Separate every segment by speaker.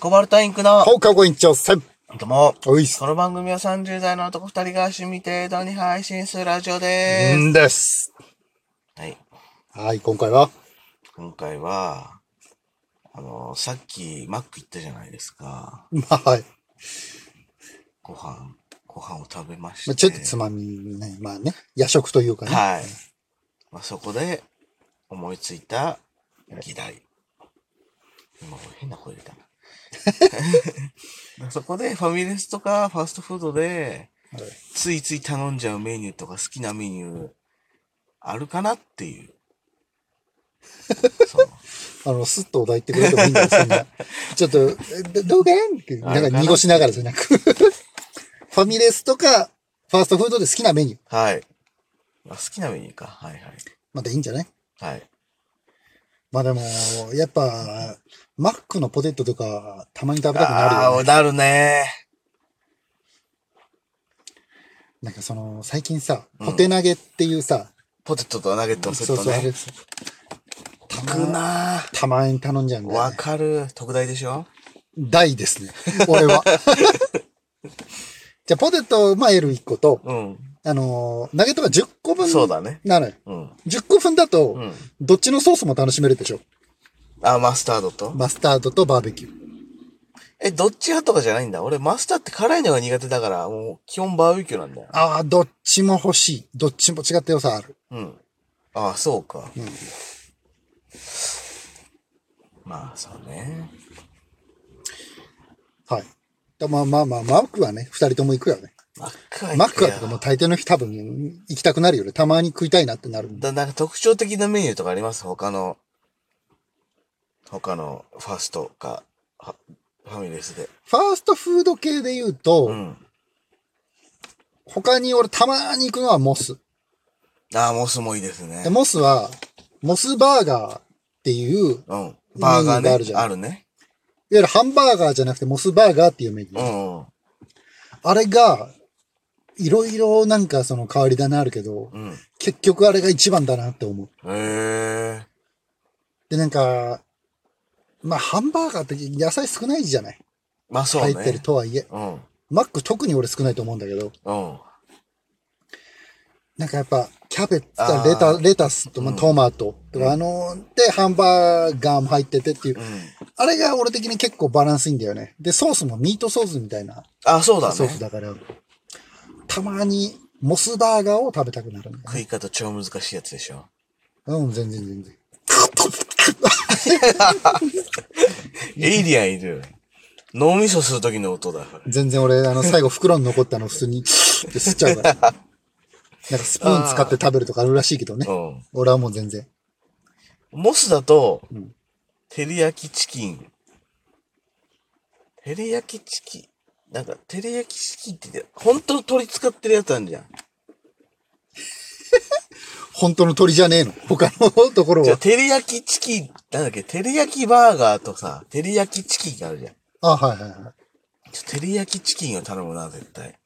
Speaker 1: コバルトインクの、
Speaker 2: 放課後延長戦。
Speaker 1: どうも、
Speaker 2: おいっす。
Speaker 1: この番組は30代の男2人が趣味程度に配信するラジオで
Speaker 2: んで
Speaker 1: す。
Speaker 2: す。
Speaker 1: はい。
Speaker 2: はい、今回は、
Speaker 1: 今回は、あの、さっきマック行ったじゃないですか。
Speaker 2: まあ、はい。
Speaker 1: ご飯、ご飯を食べまして。
Speaker 2: まあ、ちょっとつまみね、まあね、夜食というかね。
Speaker 1: はい。まあ、そこで思いついた議題。今俺変な声出たな。そこでファミレスとかファーストフードで
Speaker 2: はい
Speaker 1: ついつい頼んじゃうメニューとか好きなメニューあるかなって いう。その
Speaker 2: あの、スッとお題言ってくれてもいいんだよ、そん な。ちょっと、えどどうかんって、
Speaker 1: あるか
Speaker 2: なん
Speaker 1: な
Speaker 2: か濁しながらじゃなく。 ファミレスとか、ファーストフードで好きなメニュー。
Speaker 1: はい。まあ、好きなメニューか。はいはい。
Speaker 2: まだいいんじゃない
Speaker 1: はい。
Speaker 2: まあでも、やっぱ、マックのポテトとか、たまに食べたくなる
Speaker 1: あ
Speaker 2: よ、
Speaker 1: あ、
Speaker 2: ね。
Speaker 1: なるね。
Speaker 2: なんかその、最近さ、
Speaker 1: うん
Speaker 2: ポテ投げっていうさ、
Speaker 1: ポテトとナゲットのセ
Speaker 2: そう
Speaker 1: ット
Speaker 2: そう、あれ
Speaker 1: ね。
Speaker 2: です。
Speaker 1: 炊くなー
Speaker 2: たまに頼んじゃうんだよ、
Speaker 1: わ
Speaker 2: ね。
Speaker 1: かる。特大でしょ
Speaker 2: 大ですね。俺は。じゃあ、ポテト、まあ、L1 個と、
Speaker 1: うん。
Speaker 2: あのー、投げとか10個分
Speaker 1: そうだね。
Speaker 2: なのよ。
Speaker 1: うん。
Speaker 2: 10個分だと、
Speaker 1: うん。
Speaker 2: どっちのソースも楽しめるでしょ。
Speaker 1: あ、マスタードと。
Speaker 2: マスタードとバーベキュー。
Speaker 1: え、どっち派とかじゃないんだ。俺、マスターって辛いのが苦手だから、もう、基本バーベキューなんだよ。
Speaker 2: ああ、どっちも欲しい。どっちも違った良さある。
Speaker 1: うん。ああ、そうか。
Speaker 2: うん
Speaker 1: まあ、そうね。
Speaker 2: はい。だまあまあまあ、マックはね、二人とも行くよね。
Speaker 1: マックは行くよ
Speaker 2: マックはとかもう大抵の日多分行きたくなるよね。たまに食いたいなってなる。
Speaker 1: だ、なんか特徴的なメニューとかあります他の、他のファーストか、はファミレスで。
Speaker 2: ファーストフード系で言うと、
Speaker 1: うん。
Speaker 2: 他に俺たまに行くのはモス。
Speaker 1: ああ、モスもいいですね
Speaker 2: で。モスは、モスバーガーっていう、いわ
Speaker 1: うん。バーガー
Speaker 2: メニューが
Speaker 1: ね。
Speaker 2: あ
Speaker 1: あ
Speaker 2: る
Speaker 1: る
Speaker 2: じゃん
Speaker 1: ね。
Speaker 2: ゆるハンバーガーじゃなくてモスバーガーっていうメニュ
Speaker 1: う
Speaker 2: ー。
Speaker 1: んうん。
Speaker 2: あれが、いろいろなんかその変わり種あるけど、
Speaker 1: うん。へ
Speaker 2: 結局あれが一番だなって思う。
Speaker 1: え。
Speaker 2: で、なんか、まあ、ハンバーガーって野菜少ないじゃない
Speaker 1: まあ、そう
Speaker 2: 入
Speaker 1: ね。
Speaker 2: ってるとはいえ。
Speaker 1: うん。
Speaker 2: マック特に俺少ないと思うんだけど、
Speaker 1: うん。
Speaker 2: なんかやっぱ、キャベツ
Speaker 1: あ
Speaker 2: か
Speaker 1: ー
Speaker 2: レタ、レタスと、まあ
Speaker 1: うん
Speaker 2: トマトとか、あの、で、ハンバーガーも入っててっていう
Speaker 1: う、ん。
Speaker 2: あれが俺的に結構バランスいいんだよね。で、ソースもミートソースみたいな
Speaker 1: あ、そうだね。
Speaker 2: ソースだから、たまにモスバーガーを食べたくなるんだよね
Speaker 1: 食い方超難しいやつでしょ。
Speaker 2: うん、全然全然。
Speaker 1: エイリアンいる。脳みそ吸う時の音だ。
Speaker 2: 全然俺、あの、最後袋に残ったの普通に、って吸っちゃうから。なんかスプーン使って食べるとかあるらしいけどね
Speaker 1: う。ん。
Speaker 2: 俺はもう全然。
Speaker 1: モスだと
Speaker 2: うん、
Speaker 1: 照り焼きチキン。照り焼きチキン。なんか、照り焼きチキンって言って、本当の鳥使ってるやつあるじゃん。
Speaker 2: 本当の鳥じゃねえの。他のところ
Speaker 1: じゃあ、
Speaker 2: は。
Speaker 1: 照り焼きチキン、なんだっけ、照り焼きバーガーとさ、照り焼きチキンがあるじゃん。
Speaker 2: あ、はいはいはい。
Speaker 1: ちょ照り焼きチキンを頼むな、絶対。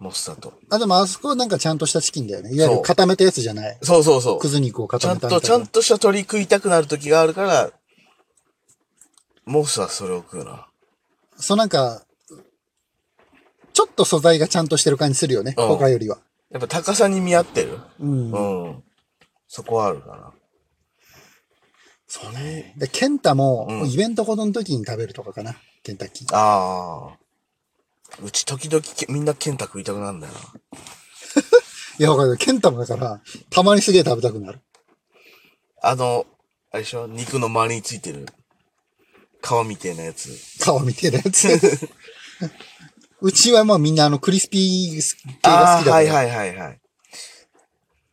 Speaker 1: モスだと。
Speaker 2: あ、でもあそこはなんかちゃんとしたチキンだよね。いわゆ
Speaker 1: そ
Speaker 2: る
Speaker 1: う
Speaker 2: 固めたやつじゃない。
Speaker 1: そうそうそう
Speaker 2: く。ず肉を
Speaker 1: ちゃ
Speaker 2: 固
Speaker 1: ん
Speaker 2: めた
Speaker 1: と、
Speaker 2: み
Speaker 1: ち
Speaker 2: た
Speaker 1: ゃ
Speaker 2: い
Speaker 1: ん
Speaker 2: な。
Speaker 1: とした鳥食いたくなる時があるから、モスはそれを食うな。
Speaker 2: そうなんか、ちょっと素材がちゃんとしてる感じするよね。
Speaker 1: うん
Speaker 2: 他よりは。
Speaker 1: やっぱ高さに見合ってる。
Speaker 2: うん。
Speaker 1: うん。そこはあるか
Speaker 2: そうね。で、ケンタも、
Speaker 1: うん
Speaker 2: イベントごとの時に食べるとかかな。ケンタッキー。
Speaker 1: な。ああ。うち時々けみんなケンタ食いたくなるんだよな。
Speaker 2: いや、わかる。ケンタもだから、たまにすげえ食べたくなる。
Speaker 1: あの、あれでしょ肉の周りについてる。皮みたいなやつ。
Speaker 2: 皮みてえなや つ。うちはまあみんなあのクリスピー系が好きだから、
Speaker 1: あーはいはいはいはい。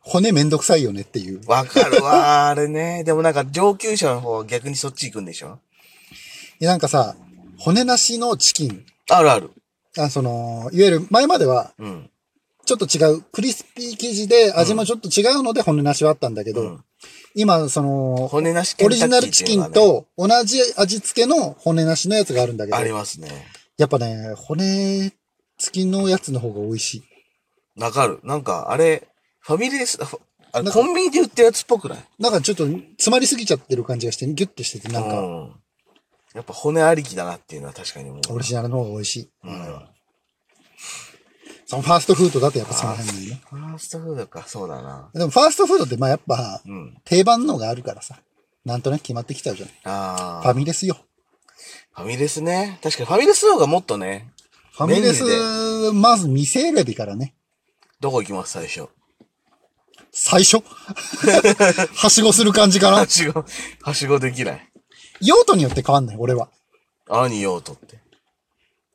Speaker 2: 骨めんどくさいよねっていう。
Speaker 1: わかる わー、あれね。でもなんか上級者の方は逆にそっち行くんでしょ
Speaker 2: でなんかさ、骨なしのチキン。
Speaker 1: あるある。
Speaker 2: あその、いわゆる前までは
Speaker 1: うん。
Speaker 2: ちょっと違う、クリスピー生地で味もちょっと違うので骨なしはあったんだけど、
Speaker 1: うん
Speaker 2: 今その、
Speaker 1: 骨なしケ
Speaker 2: オ
Speaker 1: ンタッキ
Speaker 2: リジ
Speaker 1: ー
Speaker 2: ナルチキン
Speaker 1: っていうのがね
Speaker 2: と同じ味付けの骨なしのやつがあるんだけど
Speaker 1: あ、りますね。
Speaker 2: やっぱね、骨付きのやつの方が美味しい。
Speaker 1: わかる。なんか、あれ、ファミレス、あファあれ
Speaker 2: なんか
Speaker 1: コンビニで売ってるやつっぽくない
Speaker 2: なんかちょっと詰まりすぎちゃってる感じがして、ギュッてしてて、なんか、
Speaker 1: うんやっぱ骨ありきだなっていうのは確かに思う。
Speaker 2: オリジナルの方が美味しい。
Speaker 1: うんフ
Speaker 2: そのファーストフードだとやっぱその辺にね。
Speaker 1: ァーストフードか、そうだな。
Speaker 2: でもファーストフードってまあやっぱ
Speaker 1: うん。
Speaker 2: 定番のがあるからさ。なんとなく決まってきちゃうじゃん。
Speaker 1: あ
Speaker 2: フ
Speaker 1: あ。
Speaker 2: ァミレスよ。
Speaker 1: ファミレスね。確かにファミレスの方がもっとね、
Speaker 2: ファミレ
Speaker 1: メニュ
Speaker 2: ス、まず店選びからね。
Speaker 1: どこ行きます最初。
Speaker 2: 最初 はしごする感じかな
Speaker 1: は。しご、はしごできない。
Speaker 2: 用途によって変わんない、俺は。
Speaker 1: 兄用途って。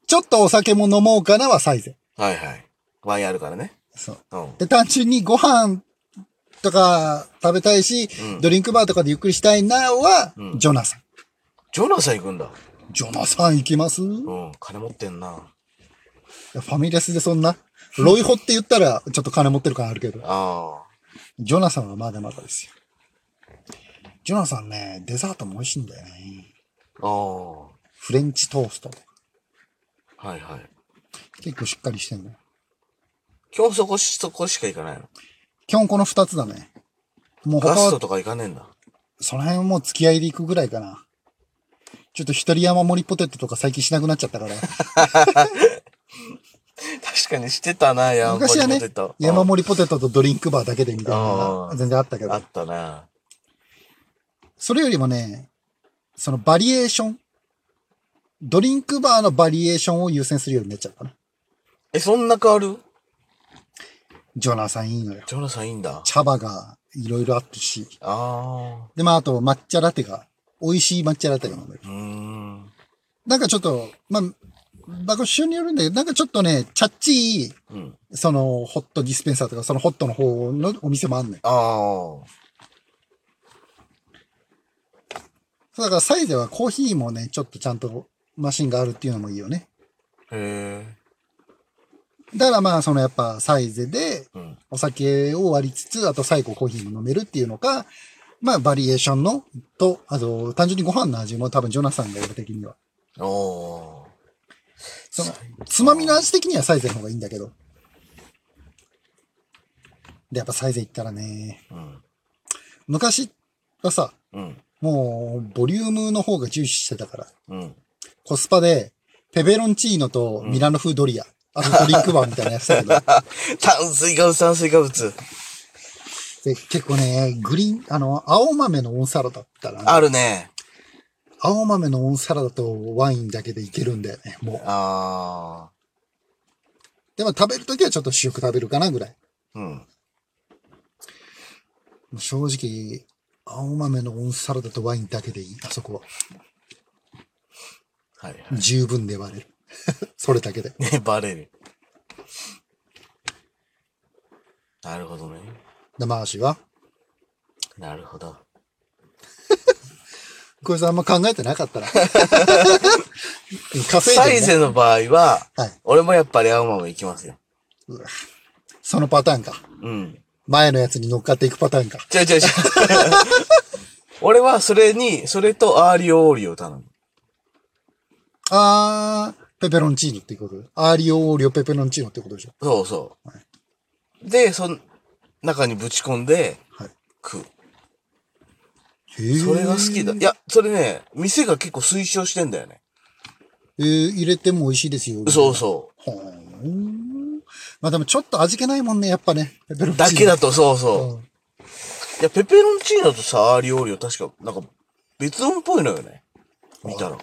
Speaker 2: ちょっとお酒も飲もうかなはサイゼ。
Speaker 1: はいはい。ワインあるからね。
Speaker 2: そう。
Speaker 1: うん。
Speaker 2: で、単純にご飯とか食べたいし、
Speaker 1: うん
Speaker 2: ドリンクバーとかでゆっくりしたいなは、
Speaker 1: うん
Speaker 2: ジョナサン。
Speaker 1: ジョナサン行くんだ。
Speaker 2: ジョナサン行きます、フ
Speaker 1: うん。金持ってんな。
Speaker 2: ァミレスでそんな。ロイホって言ったら、ちょっと金持ってる感あるけど、
Speaker 1: あ
Speaker 2: ジョナサンはまだまだですよ。ジョナサンね、デザートも美味しいんだよね。
Speaker 1: あ。ああ。は
Speaker 2: フレンチトースト。
Speaker 1: いはい。
Speaker 2: 結構しっかりしてんだよ。
Speaker 1: 今日そこし、そこしか行かないの。
Speaker 2: 基本この二つだね。もう他
Speaker 1: ガスト
Speaker 2: は、
Speaker 1: とか行かねえんだ。
Speaker 2: その辺はもう付き合いで行くぐらいかな。ちょっと一人山盛りポテトとか最近しなくなっちゃったから。
Speaker 1: 確かにしてたな、やん
Speaker 2: 昔はね
Speaker 1: ポテト、
Speaker 2: 山盛りポテトとドリンクバーだけでみたいなの
Speaker 1: う
Speaker 2: が
Speaker 1: ん
Speaker 2: 全然あったけ
Speaker 1: あ
Speaker 2: ど
Speaker 1: っ、たな。
Speaker 2: それよりもね、そのバリエーション、ドリンクバーのバリエーションを優先するようになっちゃったな。
Speaker 1: え、そんな変わる
Speaker 2: ジョナサンいいのよ。
Speaker 1: ジョナサンいいんだ。
Speaker 2: 茶葉がいろいろあったし、
Speaker 1: あ
Speaker 2: で、まああと抹茶ラテが、美味しい抹茶ラテが飲める。
Speaker 1: あ。うーん。
Speaker 2: なんかちょっと、まあ、場所によるんだけど、なんかちょっとね、チャッチい、
Speaker 1: うん。
Speaker 2: そのホットディスペンサーとか、そのホットの方のお店もあんのよ。
Speaker 1: ああ。
Speaker 2: そうだからサイゼはコーヒーもね、ちょっとちゃんとマシンがあるっていうのもいいよね。
Speaker 1: へえ。
Speaker 2: だからまあ、そのやっぱサイゼで
Speaker 1: うん。
Speaker 2: お酒を割りつつ、あと最後コーヒーも飲めるっていうのか、まあバリエーションのと、あと単純にご飯の味も多分ジョナサンが俺的には。
Speaker 1: おお。
Speaker 2: その、つまみの味的にはサイゼの方がいいんだけど。で、やっぱサイゼ行ったらね、
Speaker 1: うん。
Speaker 2: 昔はさ、
Speaker 1: うん。
Speaker 2: もうボリュームの方が重視してたから、
Speaker 1: うん。
Speaker 2: コスパで、ペペロンチーノとミラノ風ドリア、あとドリンクバーみたいなやつだけど、
Speaker 1: 炭水化物、炭水化物。
Speaker 2: で結構ね、グリーン、あの、青豆のオンサラダだったら、
Speaker 1: あるね。
Speaker 2: 青豆のオンサラダとワインだけでいけるんだよね、も
Speaker 1: あ
Speaker 2: う。でも食べるときはちょっと主食食べるかなぐらい。
Speaker 1: あ。うん。
Speaker 2: もう正直、青豆のオンサラダとワインだけでいい、あそこは。
Speaker 1: はいはい。
Speaker 2: 十分で割れる。 それだけで。
Speaker 1: ね、バレる。なるほどね。
Speaker 2: で、マーシーは
Speaker 1: なるほど。
Speaker 2: こいつあんま考えてな かったら。稼い
Speaker 1: サイ
Speaker 2: で、ね。
Speaker 1: ゼの場合は、
Speaker 2: はい
Speaker 1: 俺もやっぱり青豆行きますよ。
Speaker 2: うわそのパターンか。
Speaker 1: うん。
Speaker 2: 前のやつに乗っかっていくパターンか。
Speaker 1: 違う違う違 う。俺はそれに、それとアーリオオーリオを頼む。
Speaker 2: あー、ペペロンチーノってことアーリオオーリオペペロンチーノってことでしょ。
Speaker 1: そうそう。で、その中にぶち込んで
Speaker 2: はい。
Speaker 1: 食う。
Speaker 2: へー
Speaker 1: それが好きだ。いや、それね、店が結構推奨してんだよね。
Speaker 2: えー、入れても美味しいですよ。
Speaker 1: そうそう。
Speaker 2: ほーん。まあでもちょっと味気ないもんね、やっぱね。ペペロンチーノ。
Speaker 1: だけだとそう
Speaker 2: う
Speaker 1: そ
Speaker 2: ん
Speaker 1: う。いや、ペペロンチーノとさ、アーリオオーリオ確か、なんか別のっぽいのよね。見たら。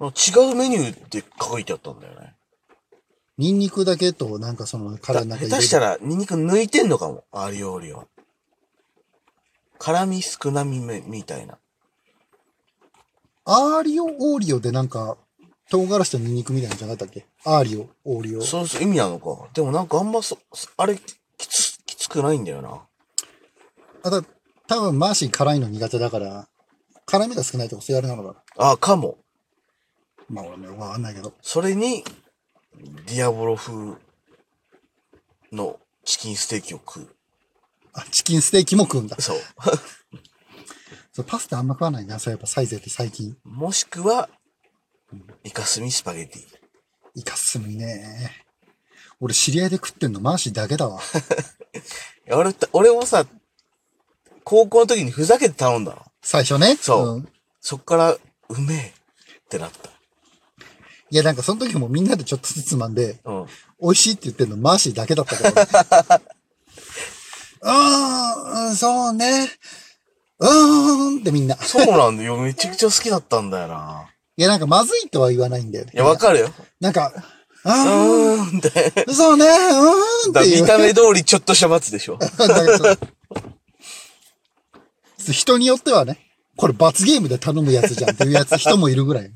Speaker 1: 違うメニューって書いてあったんだよね。
Speaker 2: ニンニクだけと、なんかその、
Speaker 1: だ
Speaker 2: 体の中
Speaker 1: 下
Speaker 2: に
Speaker 1: 手したら、ニンニク抜いてんのかも。アリオーリオは。辛み少なみめ、みたいな。
Speaker 2: アーリオオーリオでなんか、唐辛子とニンニクみたいなのじゃなかったっけアーリオ、オーリオ。
Speaker 1: そうそう、意味なのか。でもなんかあんまそ、そあれ、きつ、きつくないんだよな。
Speaker 2: あと、多分マーシー辛いの苦手だから、辛みが少ないとかそういうあれなのかな。
Speaker 1: あ、かも。
Speaker 2: まあ俺もよくわかんないけど。
Speaker 1: それに、ディアボロ風のチキンステーキを食う。
Speaker 2: あ、チキンステーキも食うんだ。
Speaker 1: そう。
Speaker 2: そうパスタあんま食わないな、そういえばサイゼって最近。
Speaker 1: もしくは、イカスミスパゲティ。
Speaker 2: イカスミね。俺知り合いで食ってんのマーシーだけだわ。
Speaker 1: いや俺た、俺もさ、高校の時にふざけて頼んだの。
Speaker 2: 最初ね。
Speaker 1: そう。
Speaker 2: ん
Speaker 1: そっから、うめえ。ってなった。
Speaker 2: いや、なんかその時もみんなでちょっとずつつまんで、
Speaker 1: うん。
Speaker 2: 美味しいって言ってるのマーシーだけだっ たから。うーんうん、そうね。うーんってみんな。い
Speaker 1: そうなんだよ。めちゃくちゃ好きだったんだよ な。
Speaker 2: や、なんかまずいとは言わないんだよね。
Speaker 1: いや、わかるよ。
Speaker 2: なんか、
Speaker 1: う
Speaker 2: あ
Speaker 1: ーんって。
Speaker 2: ー、そうね、うーんって
Speaker 1: だ
Speaker 2: いう。
Speaker 1: 見た目通りちょっとした松でしょ。
Speaker 2: だからそう人によってはね、これ罰ゲームで頼むやつじゃんっていうやつ、人もいるぐらい。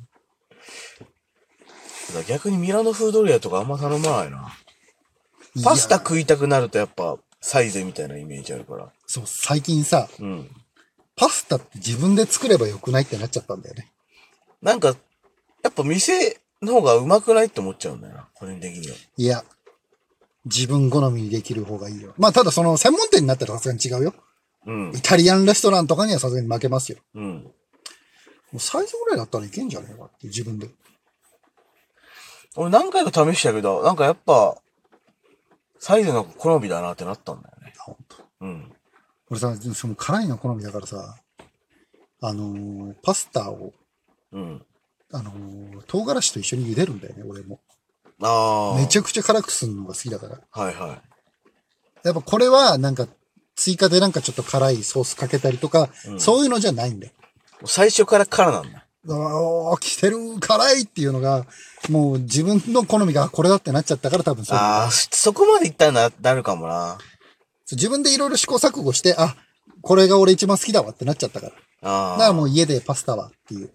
Speaker 1: 逆にミラノ風ドリアとかあんま頼まないな。
Speaker 2: い や
Speaker 1: パスタ食いたくなるとやっぱサイゼみたいなイメージあるから。
Speaker 2: そう、最近さ、
Speaker 1: うん。
Speaker 2: パスタって自分で作ればよくないってなっちゃったんだよね。
Speaker 1: なんか、やっぱ店の方がうまくないって思っちゃうんだよな。個人的には。
Speaker 2: いや、自分好みにできる方がいいよ。まあ、ただその専門店になったらさすがに違うよ。
Speaker 1: うん
Speaker 2: イ。タリアンレストランとかにはさすがに負けますよ。
Speaker 1: うん。
Speaker 2: もうサイズぐらいだったらいけんじゃねえかって、自分で。
Speaker 1: 俺何回か試したけど、なんかやっぱ、サイゼの方が好みだなってなったんだよね。
Speaker 2: あほんと
Speaker 1: うん。
Speaker 2: 俺さ、その辛いの好みだからさ、あのーパスタを、
Speaker 1: うん。
Speaker 2: あのー唐辛子と一緒に茹でるんだよね、俺も。
Speaker 1: ああ。
Speaker 2: めちゃくちゃ辛くするのが好きだから。
Speaker 1: はいは
Speaker 2: やっぱこれはなんか、追加でなんかちょっと辛いソースかけたりとか、
Speaker 1: うん
Speaker 2: そういうのじゃないんだよ。
Speaker 1: い。もう最初からからなんだ。
Speaker 2: おー、来てる、辛いっていうのが、もう自分の好みがあこれだってなっちゃったから多分そう。
Speaker 1: ああ、そこまでいったらな、なるかもな。
Speaker 2: 自分でいろいろ試行錯誤して、あ、これが俺一番好きだわってなっちゃったから。
Speaker 1: ああ。
Speaker 2: だからもう家でパスタはっていう。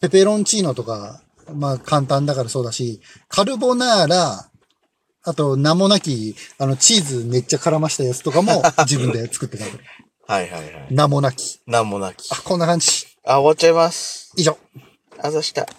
Speaker 2: ペペロンチーノとか、まあ簡単だからそうだし、カルボナーラ、あと名もなき、あのチーズめっちゃ絡ましたやつとかも自分で作っ て食べる。
Speaker 1: はいはいはい。
Speaker 2: 名もなき。
Speaker 1: なんもなき。
Speaker 2: あ、こんな感じ。
Speaker 1: あ、終わっちゃいます。
Speaker 2: 以上。
Speaker 1: あざした。